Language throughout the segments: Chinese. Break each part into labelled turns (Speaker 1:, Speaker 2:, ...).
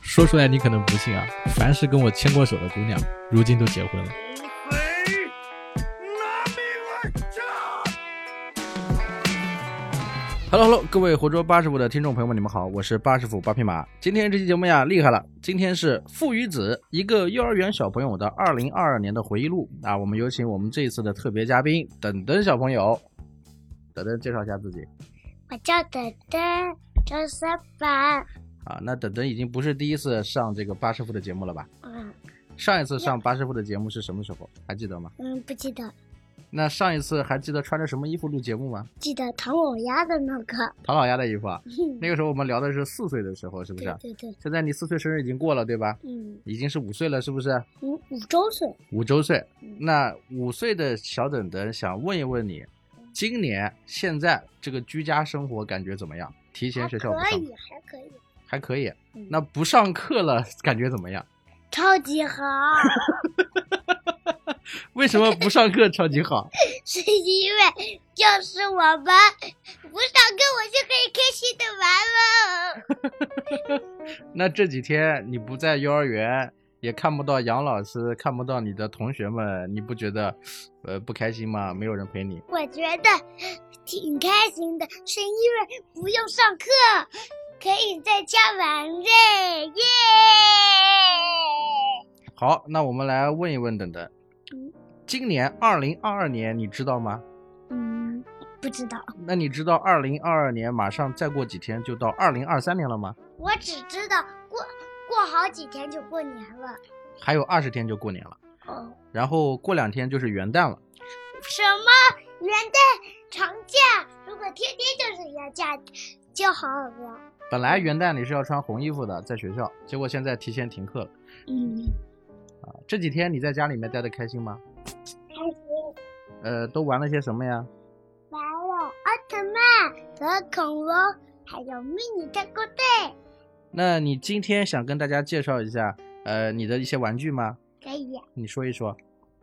Speaker 1: 说出来你可能不信啊，凡是跟我牵过手的姑娘，如今都结婚了。
Speaker 2: Hello Hello，各位活捉八师傅的听众朋友们，你们好，我是八师傅八匹马。今天这期节目呀，厉害了！今天是父与子，一个幼儿园小朋友的二零二二年的回忆录啊。我们有请我们这一次的特别嘉宾等等小朋友，等等介绍一下自己
Speaker 3: 我叫等等，周三班。
Speaker 2: 啊。那等等已经不是第一次上这个八师傅的节目了吧？
Speaker 3: 嗯
Speaker 2: 上一次上八师傅的节目是什么时候？还记得吗？
Speaker 3: 嗯，不记得，
Speaker 2: 那上一次还记得穿着什么衣服录节目吗？
Speaker 3: 记得唐老鸭的那个。
Speaker 2: 唐老鸭的衣服啊。那个时候我们聊 的是四岁的时候，是不是
Speaker 3: 对
Speaker 2: 啊？
Speaker 3: 对对，
Speaker 2: 现在你四岁生日已经过了，对吧？
Speaker 3: 嗯，
Speaker 2: 已经是五岁了，是不是？
Speaker 3: 五五周岁，
Speaker 2: 五周岁
Speaker 3: 嗯，
Speaker 2: 那五岁的小等等想问一问你，今年现在这个居家生活感觉怎么样？提前
Speaker 3: 还
Speaker 2: 学校不
Speaker 3: 可
Speaker 2: 上
Speaker 3: 以，还可以，
Speaker 2: 还可以
Speaker 3: 嗯，
Speaker 2: 那不上课了感觉怎么样？
Speaker 3: 超级好，
Speaker 2: 为什么不上课超级好？
Speaker 3: 是因为要是我们不上课，我就可以开心的玩了。
Speaker 2: 那这几天你不在幼儿园，也看不到杨老师，看不到你的同学们，你不觉得呃不开心吗？没有人陪你。
Speaker 3: 我觉得挺开心的，是因为不用上课，可以在家玩嘞，耶！
Speaker 2: 好，那我们来问一问等等
Speaker 3: 嗯，
Speaker 2: 今年二零二二年你知道吗？
Speaker 3: 嗯，不知道。
Speaker 2: 那你知道二零二二年马上再过几天就到二零二三年了吗？
Speaker 3: 我只知道过过好几天就过年了。
Speaker 2: 还有二十天就过年了，
Speaker 3: 哦，
Speaker 2: 然后过两天就是元旦了。
Speaker 3: 什么元旦长假？如果天天就是元假，就好了。
Speaker 2: 本来元旦你是要穿红衣服的，在学校，结果现在提前停课了。
Speaker 3: 嗯，
Speaker 2: 这几天你在家里面待的开心吗？
Speaker 3: 开心
Speaker 2: 呃，都玩了些什么呀？
Speaker 3: 玩了奥特曼和恐龙，还有迷你特工队。
Speaker 2: 那你今天想跟大家介绍一下，呃，你的一些玩具吗？
Speaker 3: 可以、啊，
Speaker 2: 你说一说。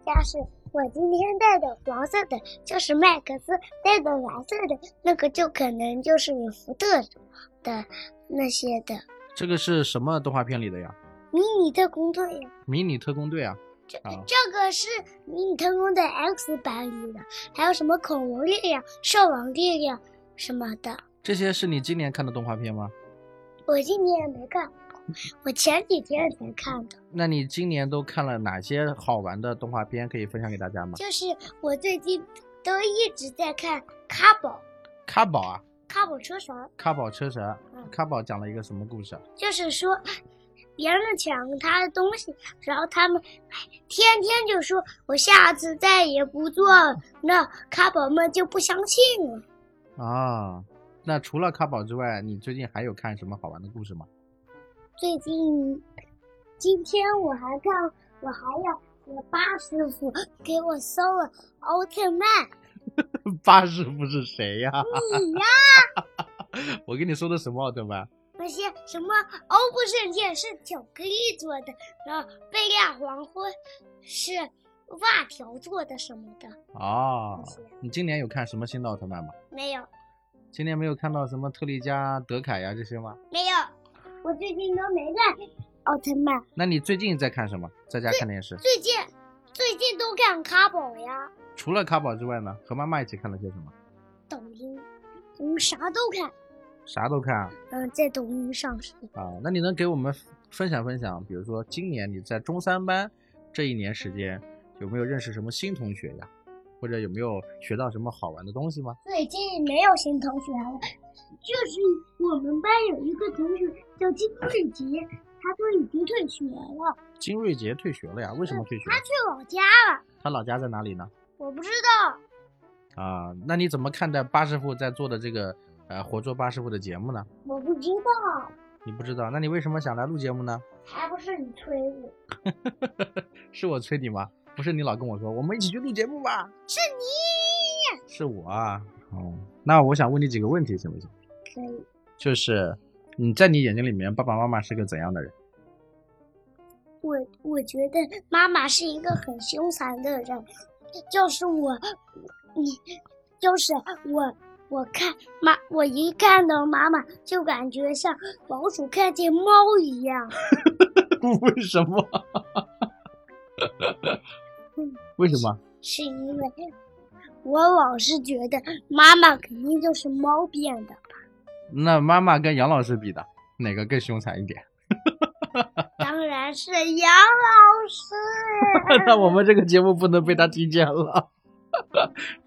Speaker 3: 像是我今天带的黄色的，就是麦克斯；带的蓝色的那个，就可能就是福特的那些的
Speaker 2: 这个是什么动画片里的呀？
Speaker 3: 迷你特工队呀、
Speaker 2: 迷你特工队啊。
Speaker 3: 这哎
Speaker 2: 啊
Speaker 3: 这个是迷你特工的 X 版里的，还有什么恐龙力量、兽王力量什么的，
Speaker 2: 这些是你今年看的动画片吗？
Speaker 3: 我今年没看，我前几天才看的。
Speaker 2: 那你今年都看了哪些好玩的动画片？可以分享给大家吗？
Speaker 3: 就是我最近都一直在看卡宝，
Speaker 2: 卡宝啊，
Speaker 3: 卡宝车神，
Speaker 2: 卡宝车神
Speaker 3: 嗯，
Speaker 2: 卡宝讲了一个什么故事啊？
Speaker 3: 就是说别人抢他的东西，然后他们天天就说我下次再也不做了，那卡宝们就不相信了。
Speaker 2: 啊，那除了卡宝之外，你最近还有看什么好玩的故事吗？
Speaker 3: 最近，今天我还看，我还要我八师傅给我搜了奥特曼。
Speaker 2: 巴师傅是谁呀、
Speaker 3: 你呀、
Speaker 2: 我跟你说的什么奥特曼？
Speaker 3: 那些什么欧布圣剑是巧克力做的，然后贝利亚黄昏是袜条做的什么的
Speaker 2: 哦
Speaker 3: 那，些
Speaker 2: 你今年有看什么新的奥特曼吗？
Speaker 3: 没有
Speaker 2: 今年没有看到什么特利迦、德凯呀这些吗？
Speaker 3: 没有，我最近都没哦看奥特曼，
Speaker 2: 那你最近在看什么？在家看电视？
Speaker 3: 最近最近都看卡宝呀、
Speaker 2: 除了卡宝之外呢？和妈妈一起看了些什么？
Speaker 3: 抖音，嗯，啥都看，
Speaker 2: 啥都看啊！
Speaker 3: 嗯，在抖音上是
Speaker 2: 啊，那你能给我们分享分享，比如说今年你在中三班这一年时间，有没有认识什么新同学呀？或者有没有学到什么好玩的东西吗？
Speaker 3: 最近没有新同学了，就是我们班有一个同学叫金瑞杰，他都已经退学了，
Speaker 2: 金瑞杰退学了呀？为什么退学？
Speaker 3: 他去老家了，
Speaker 2: 他老家在哪里呢？
Speaker 3: 我不知道。
Speaker 2: 啊，那你怎么看待八师傅在做的这个呃活捉八师傅的节目呢？
Speaker 3: 我不知道，
Speaker 2: 你不知道，那你为什么想来录节目呢？
Speaker 3: 还不是你催我？
Speaker 2: 是我催你吗？不是你老跟我说我们一起去录节目吧？
Speaker 3: 是你
Speaker 2: 是我啊。哦，那我想问你几个问题，行不行？
Speaker 3: 可以，
Speaker 2: 就是你在你眼睛里面，爸爸妈妈是个怎样的人？
Speaker 3: 我我觉得妈妈是一个很凶残的人，就是我，你，就是我我看妈，我一看到妈妈就感觉像老鼠看见猫一样。
Speaker 2: 为什么？ 为什么？
Speaker 3: 是因为我老是觉得妈妈肯定就是猫变的，
Speaker 2: 那妈妈跟杨老师比的，哪个更凶残一点？
Speaker 3: 当然是杨老师。
Speaker 2: 那我们这个节目不能被他听见了。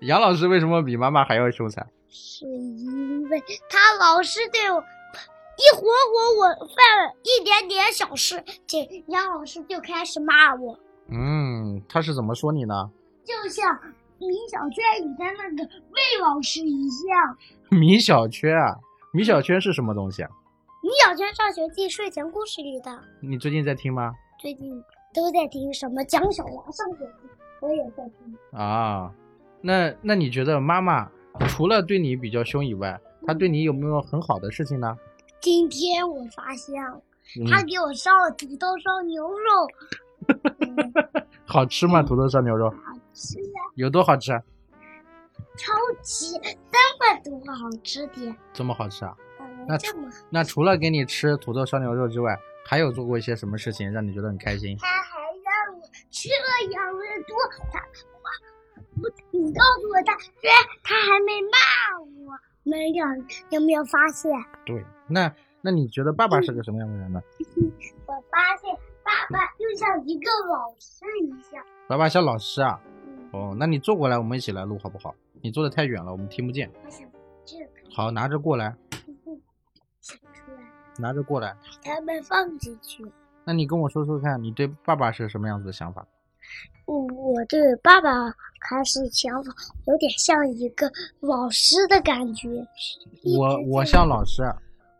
Speaker 2: 杨老师为什么比妈妈还要凶残？
Speaker 3: 是因为他老是对我一火火，我犯了一点点小事，这杨老师就开始骂我，
Speaker 2: 嗯，他是怎么说你呢？
Speaker 3: 就像米小圈里的那个魏老师一样。
Speaker 2: 米小圈啊，米小圈是什么东西啊？
Speaker 3: 米小圈上学记睡前故事里的，
Speaker 2: 你最近在听吗？
Speaker 3: 最近都在听什么蒋小牙上学记，我也在听。
Speaker 2: 啊，那那你觉得妈妈除了对你比较凶以外，她对你有没有很好的事情呢？
Speaker 3: 今天我发现了
Speaker 2: 嗯
Speaker 3: 他给我烧了土豆烧牛肉，嗯，
Speaker 2: 好吃吗？土豆烧牛肉
Speaker 3: 是
Speaker 2: 有多好吃？啊
Speaker 3: 超级那么多啊好吃的，
Speaker 2: 这么好吃啊？
Speaker 3: 嗯
Speaker 2: 那
Speaker 3: 这么
Speaker 2: 那除了给你吃土豆烧牛肉之外，还有做过一些什么事情让你觉得很开心？
Speaker 3: 他还让我吃了养乐多，他我你告诉我他，虽然他还没骂我，没有有没有发现？
Speaker 2: 对，那那你觉得爸爸是个什么样的人呢？
Speaker 3: 我发现爸爸就像一个老师一样。
Speaker 2: 爸爸像老师啊？
Speaker 3: 嗯，
Speaker 2: 哦，那你坐过来，我们一起来录好不好？你坐的太远了，我们听不见。
Speaker 3: 我想这个
Speaker 2: 好，拿着过来，
Speaker 3: 想出来，
Speaker 2: 拿着过来。
Speaker 3: 把他们放进去。
Speaker 2: 那你跟我说说看，你对爸爸是什么样子的想法？
Speaker 3: 我我对爸爸开始想法有点像一个老师的感觉。
Speaker 2: 我我像老师，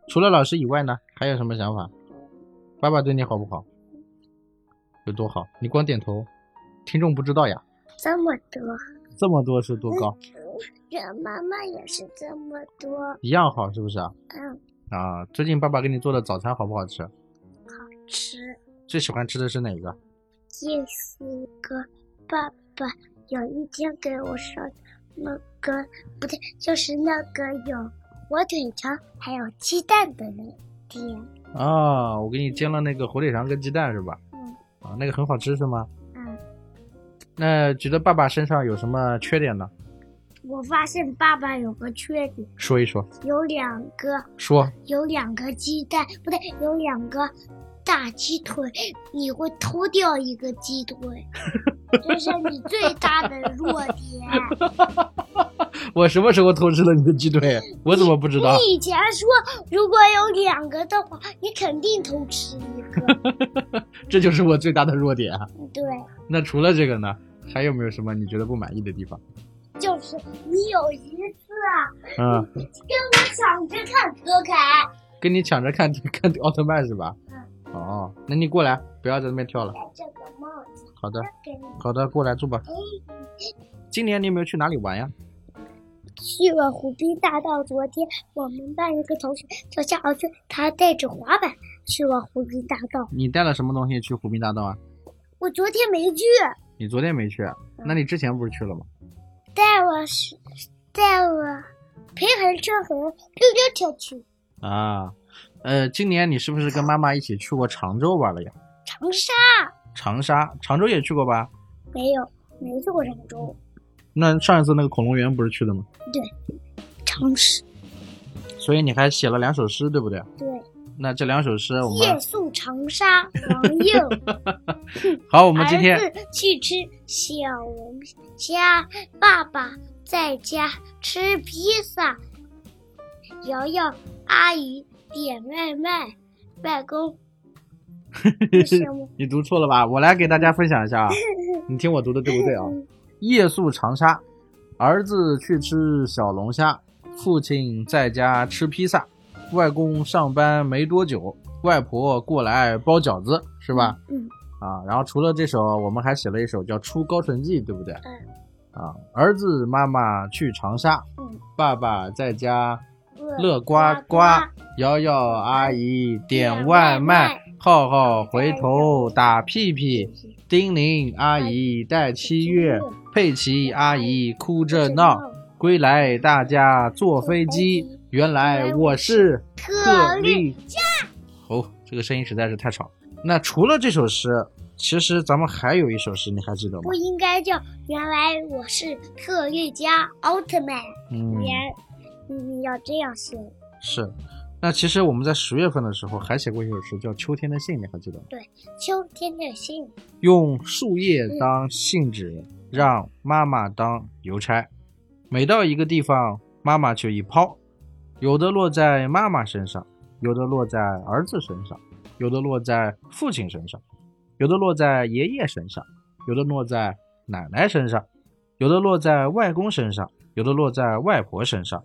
Speaker 2: 除了老师以外呢，还有什么想法？爸爸对你好不好？有多好？你光点头，听众不知道呀。哎
Speaker 3: 这么多，
Speaker 2: 这么多是多高？
Speaker 3: 这妈妈也是这么多，
Speaker 2: 一样好是不是啊？
Speaker 3: 嗯，
Speaker 2: 啊，最近爸爸给你做的早餐好不好吃？
Speaker 3: 吃
Speaker 2: 最喜欢吃的是哪个？
Speaker 3: 这是一个爸爸有一天给我烧那个不对，就是那个有火腿肠还有鸡蛋的那天，
Speaker 2: 啊，我给你煎了那个火腿肠跟鸡蛋是吧？
Speaker 3: 嗯
Speaker 2: 啊，那个很好吃是吗？
Speaker 3: 嗯，
Speaker 2: 那觉得爸爸身上有什么缺点呢？
Speaker 3: 我发现爸爸有个缺点，
Speaker 2: 说一说，
Speaker 3: 有两个
Speaker 2: 说
Speaker 3: 有两个鸡蛋，不对，有两个大鸡腿，你会偷掉一个鸡腿，这是你最大的弱点。
Speaker 2: 我什么时候偷吃了你的鸡腿？我怎么不知道？
Speaker 3: 你以前说如果有两个的话，你肯定偷吃一个。
Speaker 2: 这就是我最大的弱点啊。
Speaker 3: 对，
Speaker 2: 那除了这个呢，还有没有什么你觉得不满意的地方？
Speaker 3: 就是你有一次啊，
Speaker 2: 嗯，
Speaker 3: 跟我抢着看可凯，
Speaker 2: 跟你抢着看 看奥特曼是吧？
Speaker 3: 嗯
Speaker 2: 哦，那你过来，不要在那边跳了。
Speaker 3: 戴这个帽子，
Speaker 2: 好的，
Speaker 3: 给你
Speaker 2: 好的，过来坐吧。今年你有没有去哪里玩呀？
Speaker 3: 去了湖滨大道。昨天我们班一个同学叫夏小军，他带着滑板去了湖滨大道。
Speaker 2: 你带了什么东西去湖滨大道啊？
Speaker 3: 我昨天没去，
Speaker 2: 你昨天没去，啊那你之前不是去了吗？
Speaker 3: 带了是带了陪盆车和溜溜车去
Speaker 2: 啊，呃，今年你是不是跟妈妈一起去过常州玩了呀？
Speaker 3: 长沙，
Speaker 2: 长沙，常州也去过吧？
Speaker 3: 没有没去过常州，
Speaker 2: 那上一次那个恐龙园不是去的吗？
Speaker 3: 长沙
Speaker 2: 所以你还写了两首诗，对不对？
Speaker 3: 对。
Speaker 2: 那这两首诗我
Speaker 3: 夜
Speaker 2: 们
Speaker 3: 宿长沙，王应。
Speaker 2: 好，我
Speaker 3: 我
Speaker 2: 们今天
Speaker 3: 去吃小龙虾，爸爸在家吃披萨，瑶瑶阿姨点外卖，外 公为什么
Speaker 2: 你读错了吧？我来给大家分享一 下啊，你听我读的对不对啊？
Speaker 3: 嗯
Speaker 2: 夜宿长沙，儿子去吃小龙虾，父亲在家吃披萨，外公上班没多久，外婆过来包饺子，是吧？？
Speaker 3: 嗯，
Speaker 2: 啊，然后除了这首，我们还写了一首叫《出高淳记》，对不对？
Speaker 3: 嗯。
Speaker 2: 啊，儿子妈妈去长沙，
Speaker 3: 嗯
Speaker 2: 爸爸在家乐
Speaker 3: 乐
Speaker 2: 呱呱
Speaker 3: 呱，
Speaker 2: 瑶瑶阿姨点
Speaker 3: 点
Speaker 2: 外卖
Speaker 3: 外卖，哎
Speaker 2: 浩浩回头打屁屁。丁玲阿
Speaker 3: 阿
Speaker 2: 姨带七月，佩奇阿姨哭着闹，归来大家坐飞机，原来我是
Speaker 3: 特立
Speaker 2: 立家。哦，这个声音实在是太吵。那除了这首诗，其实咱们还有一首诗，你还记得吗
Speaker 3: 不？应该叫原来我是特立家奥特曼，
Speaker 2: 嗯，
Speaker 3: 原你要这样写，
Speaker 2: 是。那其实我们在十月份的时候还写过一首诗，叫《秋天的信》，你还记得吗？
Speaker 3: 秋天的信，
Speaker 2: 用树叶当信纸，让妈妈当邮差。每到一个地方，妈妈就一抛，有的落在妈妈身上，有的落在儿子身上，有的落在父亲身上，有的落在爷爷身上，有的落在奶奶身上，有的落在外公身上，有的落在外婆身上，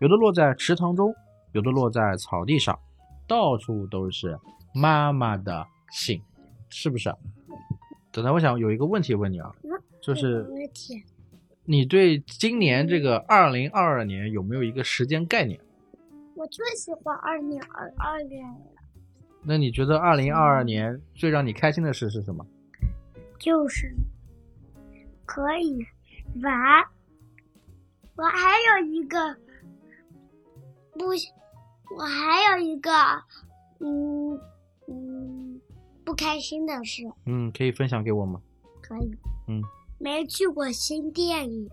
Speaker 2: 有的落在池塘中，有的落在草地上，到处都是妈妈的信，是不是啊？等等，我想有一个问题问你啊
Speaker 3: 嗯，
Speaker 2: 就是
Speaker 3: 我的天，
Speaker 2: 你对今年这个二零二二年有没有一个时间概念？
Speaker 3: 我最喜欢二零二二年了，
Speaker 2: 那你觉得二零二二年最让你开心的事是什么？
Speaker 3: 就是可以玩。我还有一个，不是，我还有一个，嗯嗯，不开心的事。
Speaker 2: 嗯，可以分享给我吗？
Speaker 3: 可以。
Speaker 2: 嗯，
Speaker 3: 没去过新店里。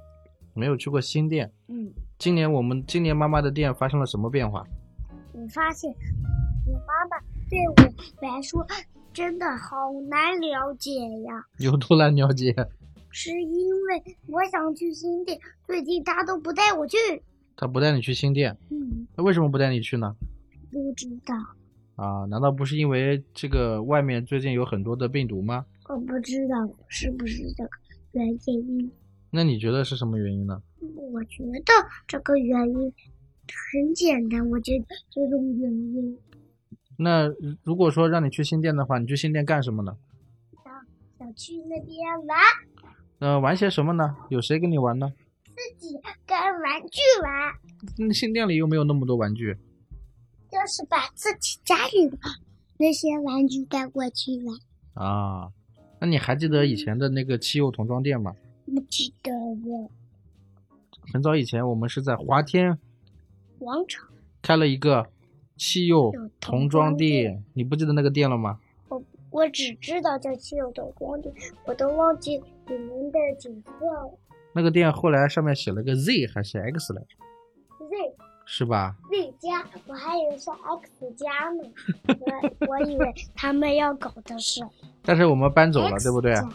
Speaker 2: 没有去过新店，
Speaker 3: 嗯，
Speaker 2: 今年我们今年妈妈的店发生了什么变化？
Speaker 3: 我发现我妈妈对我来说真的好难了解呀，
Speaker 2: 有多难了解？
Speaker 3: 是因为我想去新店，最近她都不带我去。
Speaker 2: 她不带你去新店，
Speaker 3: 嗯，
Speaker 2: 那为什么不带你去呢？
Speaker 3: 不知道，
Speaker 2: 啊，难道不是因为这个外面最近有很多的病毒吗？
Speaker 3: 我不知道是不是这个原因。
Speaker 2: 那你觉得是什么原因呢？
Speaker 3: 我觉得这个原因很简单，我觉得这种原因
Speaker 2: 那如果说让你去新店的话，你去新店干什么呢？
Speaker 3: 想去那边玩，
Speaker 2: 呃，玩些什么呢？有谁跟你玩呢？
Speaker 3: 自己跟玩具玩。
Speaker 2: 那新店里又没有那么多玩具，
Speaker 3: 就是把自己家里的那些玩具带过去了。
Speaker 2: 啊，那你还记得以前的那个七友童装店吗？
Speaker 3: 不记得了，
Speaker 2: 很早以前，我们是在华天
Speaker 3: 广场
Speaker 2: 开了一个七友童装
Speaker 3: 有童
Speaker 2: 店，你不记得那个店了吗？
Speaker 3: 我只知道这七有的光点，我都忘记里面的景色了。
Speaker 2: 那个店后来上面写了个 Z 还是 X 来着，
Speaker 3: Z
Speaker 2: 是吧？
Speaker 3: Z 加，我还以为是 X 加呢，我我以为他们要搞的 是
Speaker 2: 但是我们搬走了，
Speaker 3: X
Speaker 2: 对不对？
Speaker 3: 加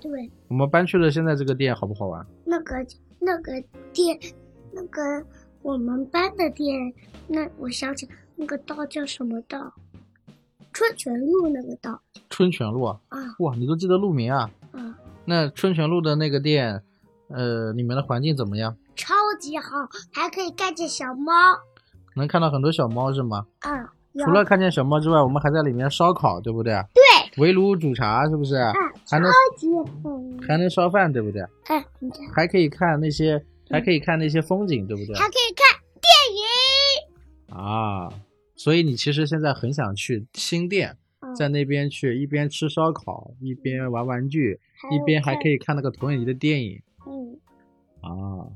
Speaker 3: 对，
Speaker 2: 我们搬去了现在这个店，好不好玩？
Speaker 3: 那个那个店，那个我们班的店，那我想起那个道叫什么道？春泉路那个道
Speaker 2: 春泉路啊，
Speaker 3: 啊
Speaker 2: 哇，你都记得路名啊？
Speaker 3: 啊。
Speaker 2: 那春泉路的那个店，呃，里面的环境怎么样？
Speaker 3: 超级好，还可以看见小猫。
Speaker 2: 能看到很多小猫是吗？
Speaker 3: 嗯，有
Speaker 2: 除了看见小猫之外，我们还在里面烧烤，对不对？
Speaker 3: 对，
Speaker 2: 围炉煮茶是不是？
Speaker 3: 嗯，
Speaker 2: 还能
Speaker 3: 超级嗯，
Speaker 2: 还能烧饭，对不对？啊
Speaker 3: 哎，你看，
Speaker 2: 还可以看那些，还可以看那些风景，对不对？
Speaker 3: 还可以看电影。
Speaker 2: 啊，所以你其实现在很想去新店，
Speaker 3: 嗯
Speaker 2: 在那边去一边吃烧烤，一边玩玩具，一
Speaker 3: 有
Speaker 2: 边还
Speaker 3: 看
Speaker 2: 可以看那个投影仪的电影
Speaker 3: 嗯，
Speaker 2: 啊。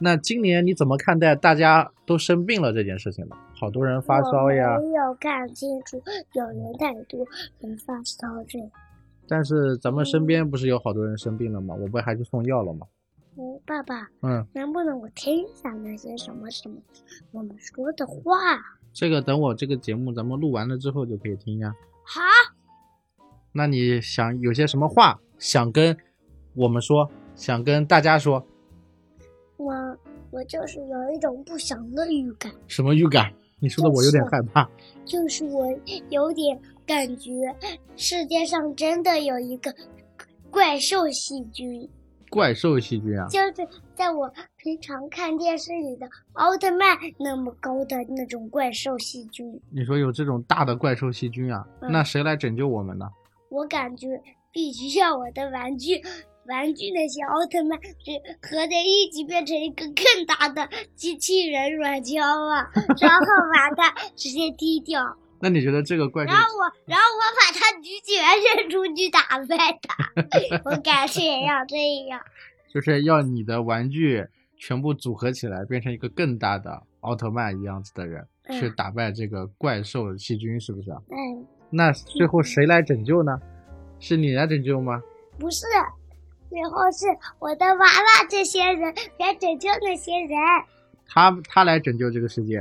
Speaker 2: 那今年你怎么看待大家都生病了这件事情呢？好多人发烧呀
Speaker 3: 我，没有看清楚，有人太多，人发烧这样。
Speaker 2: 但是咱们身边不是有好多人生病了吗？我不还去送药了吗？
Speaker 3: 嗯，爸爸，
Speaker 2: 嗯，
Speaker 3: 能不能我听一下那些什么什么我们说的话？
Speaker 2: 这个等我这个节目咱们录完了之后就可以听呀。
Speaker 3: 好，
Speaker 2: 那你想有些什么话想跟我们说，想跟大家说？
Speaker 3: 我我就是有一种不祥的预感，
Speaker 2: 什么预感？你说的我有点害怕。
Speaker 3: 就是我有点感觉，世界上真的有一个怪兽细菌，
Speaker 2: 怪兽细菌啊，
Speaker 3: 就是在我平常看电视里的奥特曼那么高的那种怪兽细菌。
Speaker 2: 你说有这种大的怪兽细菌啊，
Speaker 3: 嗯
Speaker 2: 那谁来拯救我们呢？
Speaker 3: 我感觉必须要我的玩具，玩具那些奥特曼是合在一起变成一个更大的机器人软胶啊，然后把它直接踢掉，
Speaker 2: 那你觉得这个怪兽
Speaker 3: 然，后我，然后我把它举起来扔出去打败它。我感觉也要这样。
Speaker 2: 就是要你的玩具全部组合起来，变成一个更大的奥特曼一样子的人，去
Speaker 3: 嗯
Speaker 2: 打败这个怪兽细菌，是不是啊？
Speaker 3: 嗯，
Speaker 2: 那最后谁来拯救呢？是你来拯救吗？
Speaker 3: 不是，最后是我的娃娃这些人来拯救那些人，
Speaker 2: 他他来拯救这个世界，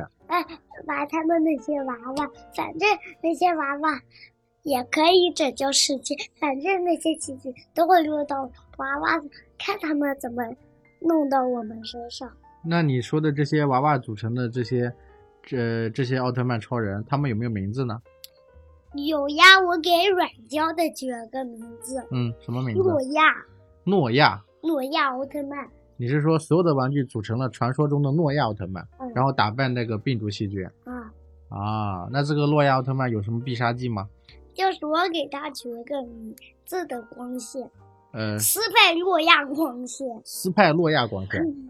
Speaker 3: 把他们那些娃娃，反正那些娃娃也可以拯救世界，反正那些奇迹都会落到娃娃，看他们怎么弄到我们身上。
Speaker 2: 那你说的这些娃娃组成的这些，这这些奥特曼超人，他们有没有名字呢？
Speaker 3: 有呀，我给软胶的取了个名字，
Speaker 2: 嗯，什么名字？
Speaker 3: 诺亚，
Speaker 2: 诺亚。
Speaker 3: 诺亚奥特曼。
Speaker 2: 你是说所有的玩具组成了传说中的诺亚奥特曼，
Speaker 3: 嗯
Speaker 2: 然后打败那个病毒细菌
Speaker 3: 啊，
Speaker 2: 啊？那这个诺亚奥特曼有什么必杀技吗？
Speaker 3: 就是我给他取了个名字的光线，
Speaker 2: 呃，
Speaker 3: 斯派诺亚光线。
Speaker 2: 斯派诺亚光线。
Speaker 3: 嗯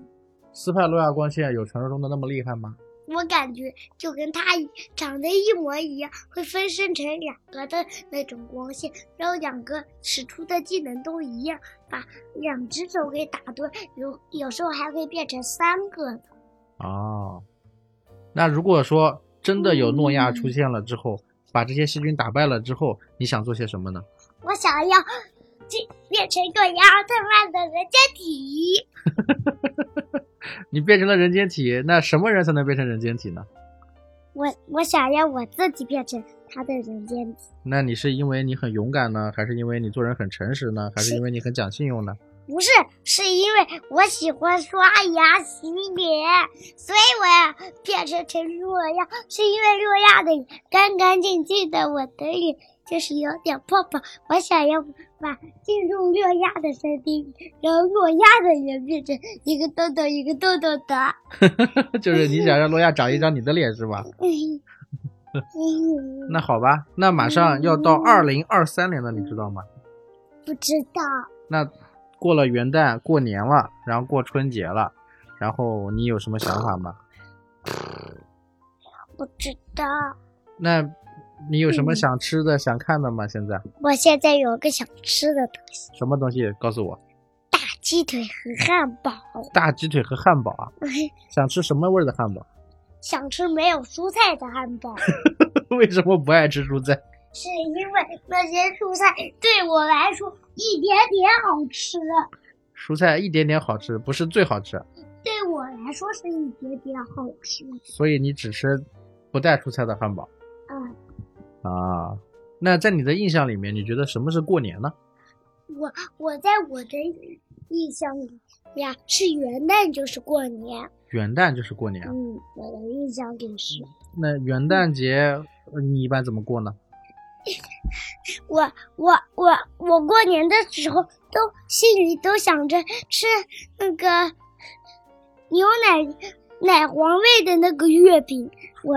Speaker 2: 斯派诺亚光线有传说中的那么厉害吗？
Speaker 3: 我感觉就跟他一长得一模一样，会分身成两个的那种光线，然后两个使出的技能都一样，把两只手给打断，有有时候还会变成三个呢。
Speaker 2: 哦，那如果说真的有诺亚
Speaker 3: 嗯
Speaker 2: 出现了之后，把这些细菌打败了之后，你想做些什么呢？
Speaker 3: 我想要这变成诺亚奥特曼的人家体，
Speaker 2: 你变成了人间体，那什么人才能变成人间体呢？
Speaker 3: 我我想要我自己变成他的人间体，
Speaker 2: 那你是因为你很勇敢呢，还是因为你做人很诚实呢，还是
Speaker 3: 是
Speaker 2: 因为你很讲信用呢？
Speaker 3: 不是，是因为我喜欢刷牙洗脸，所以我要变成成诺亚。是因为诺亚的干干净净的，我的脸就是有点泡泡。我想要把进入诺亚的身体，然后诺亚的人变成一个痘痘一个痘痘的。
Speaker 2: 就是你想让诺亚长一张你的脸是吧？
Speaker 3: 嗯
Speaker 2: 那好吧，那马上要到
Speaker 3: 嗯
Speaker 2: 二零二三年了，你知道吗？
Speaker 3: 不知道，
Speaker 2: 那过了元旦，过年了，然后过春节了，然后你有什么想法吗？
Speaker 3: 不知道。
Speaker 2: 那你有什么
Speaker 3: 嗯
Speaker 2: 想吃的、想看的吗？现在
Speaker 3: 我现在有个想吃的东西，
Speaker 2: 什么东西？告诉我。
Speaker 3: 大鸡腿和汉堡。
Speaker 2: 大鸡腿和汉堡啊，想吃什么味儿的汉堡？
Speaker 3: 想吃没有蔬菜的汉堡。
Speaker 2: 为什么不爱吃蔬菜？
Speaker 3: 是因为那些蔬菜对我来说一点点好吃，
Speaker 2: 蔬菜一点点好吃，不是最好吃，
Speaker 3: 对我来说是一点点好吃。
Speaker 2: 所以你只吃不带蔬菜的汉堡
Speaker 3: 嗯，
Speaker 2: 啊。那在你的印象里面，你觉得什么是过年呢？
Speaker 3: 我我在我的印象里呀，是元旦就是过年。
Speaker 2: 元旦就是过年啊，
Speaker 3: 嗯，我的印象里是，
Speaker 2: 那元旦节呃你一般怎么过呢？
Speaker 3: 我我我我过年的时候都心里都想着吃那个牛奶奶黄味的那个月饼。我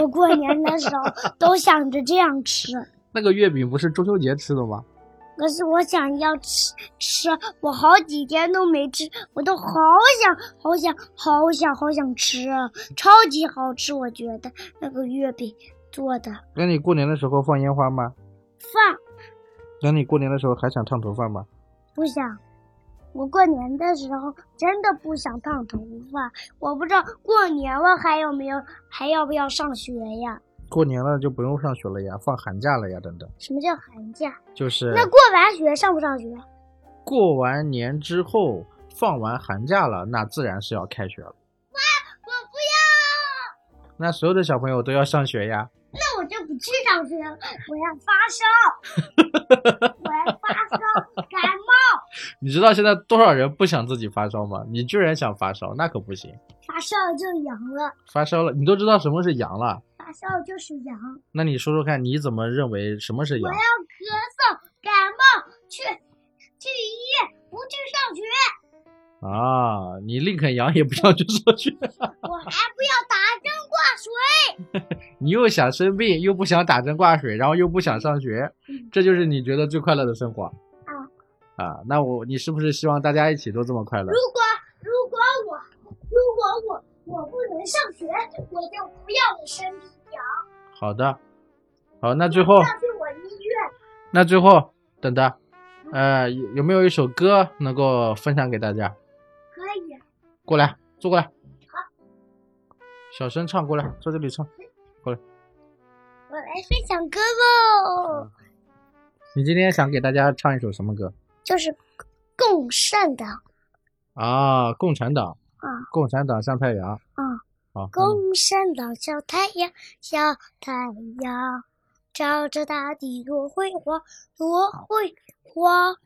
Speaker 3: 我过年的时候都想着这样吃。
Speaker 2: 那个月饼不是中秋节吃的吗？
Speaker 3: 可是我想要吃吃，我好几天都没吃，我都好想好想好想好想吃，啊！超级好吃，我觉得那个月饼做的
Speaker 2: 那你过年的时候放烟花吗？
Speaker 3: 放
Speaker 2: 那你过年的时候还想烫头发吗？
Speaker 3: 不想。我过年的时候真的不想烫头发，我不知道过年了还有没有还要不要上学呀？
Speaker 2: 过年了就不用上学了呀，放寒假了呀，等等，
Speaker 3: 什么叫寒假？
Speaker 2: 就是
Speaker 3: 那过完学上不上学？
Speaker 2: 过完年之后，放完寒假了，那自然是要开学了。
Speaker 3: 我不要，
Speaker 2: 那所有的小朋友都要上学呀。
Speaker 3: 那我就不去上学了，我要发烧，我要发烧感冒。
Speaker 2: 你知道现在多少人不想自己发烧吗？你居然想发烧，那可不行。
Speaker 3: 发烧就阳了，
Speaker 2: 发烧了，你都知道什么是阳了，
Speaker 3: 发烧就是阳。
Speaker 2: 那你说说看，你怎么认为什么是
Speaker 3: 我
Speaker 2: 阳
Speaker 3: 要？咳嗽、感冒，去去医院，不去上学，
Speaker 2: 啊，你宁肯阳也不想去上学，
Speaker 3: 我还不要打针挂水。
Speaker 2: 你又想生病，又不想打针挂水，然后又不想上学，这就是你觉得最快乐的生活。
Speaker 3: 嗯
Speaker 2: 啊，那我你是不是希望大家一起都这么快乐
Speaker 3: 如？果如果我如果我我不能上学，我就不要我生病阳，
Speaker 2: 好的，好，那最后。
Speaker 3: 要去我医院。
Speaker 2: 那最后，等等，呃，有有没有一首歌能够分享给大家？
Speaker 3: 可以，
Speaker 2: 过来，坐过来。小声唱，过来，坐这里唱。
Speaker 3: 我来分享歌喽，
Speaker 2: 你今天想给大家唱一首什么歌
Speaker 3: 就是共善的
Speaker 2: 啊？共产党，
Speaker 3: 啊
Speaker 2: 共产党像太阳，
Speaker 3: 嗯，
Speaker 2: 好，
Speaker 3: 共产党小太阳，小太阳，照着大地多辉煌，多辉煌。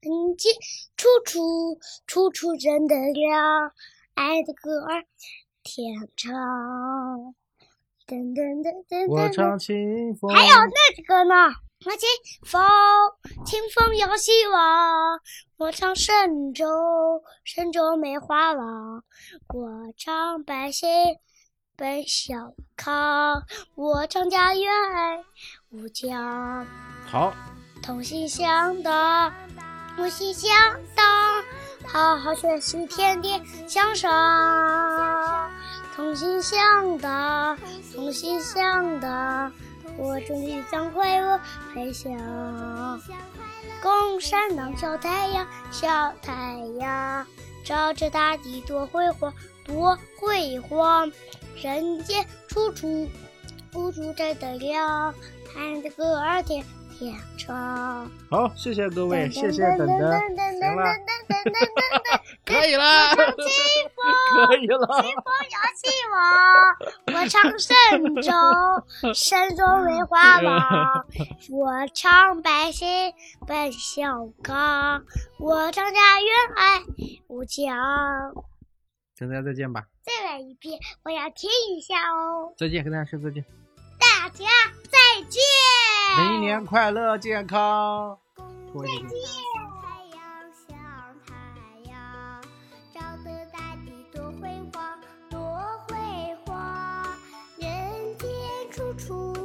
Speaker 3: 人间处处处处真的亮，爱的歌儿天唱。噔噔噔噔
Speaker 2: 我
Speaker 3: 噔噔，
Speaker 2: 唱清风，
Speaker 3: 还有那这个呢？我清风，清风摇希望。我唱神州，神州梅花王。我唱百姓奔小康。我唱家园爱吾疆。
Speaker 2: 好，
Speaker 3: 同心向党，同心向党，好好学习，天天向上。同心向党，同心向党，我终于将快乐飞翔。共产党小太阳，小太阳，照着大地多辉煌，多辉煌。人间处处处处真的亮，爱的歌儿天天唱。
Speaker 2: 好，谢谢各位，谢谢等等，行了，可以
Speaker 3: 我
Speaker 2: 啦，
Speaker 3: 唱清风，
Speaker 2: 可以了，
Speaker 3: 摇起我，我唱神州，神州梅花王。我唱百姓奔小康，我唱家园哎爱吾疆。
Speaker 2: 跟大家再见吧，
Speaker 3: 再来一遍，我要听一下哦。
Speaker 2: 再见，跟大家说再见，
Speaker 3: 大家再见。
Speaker 2: 明年快乐健康。过一
Speaker 3: 再
Speaker 2: 个
Speaker 3: 太阳像太阳，照得大地多辉煌，多辉煌。人间处处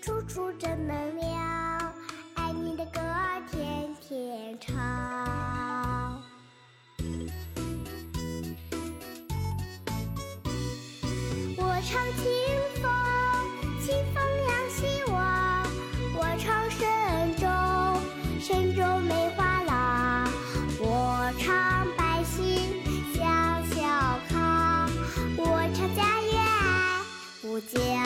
Speaker 3: 处处正能量，爱你的歌儿天天唱。我唱清风，清风扬希望；我唱神州，神州梅花郎；我唱百姓向小康；我唱家园爱吾疆。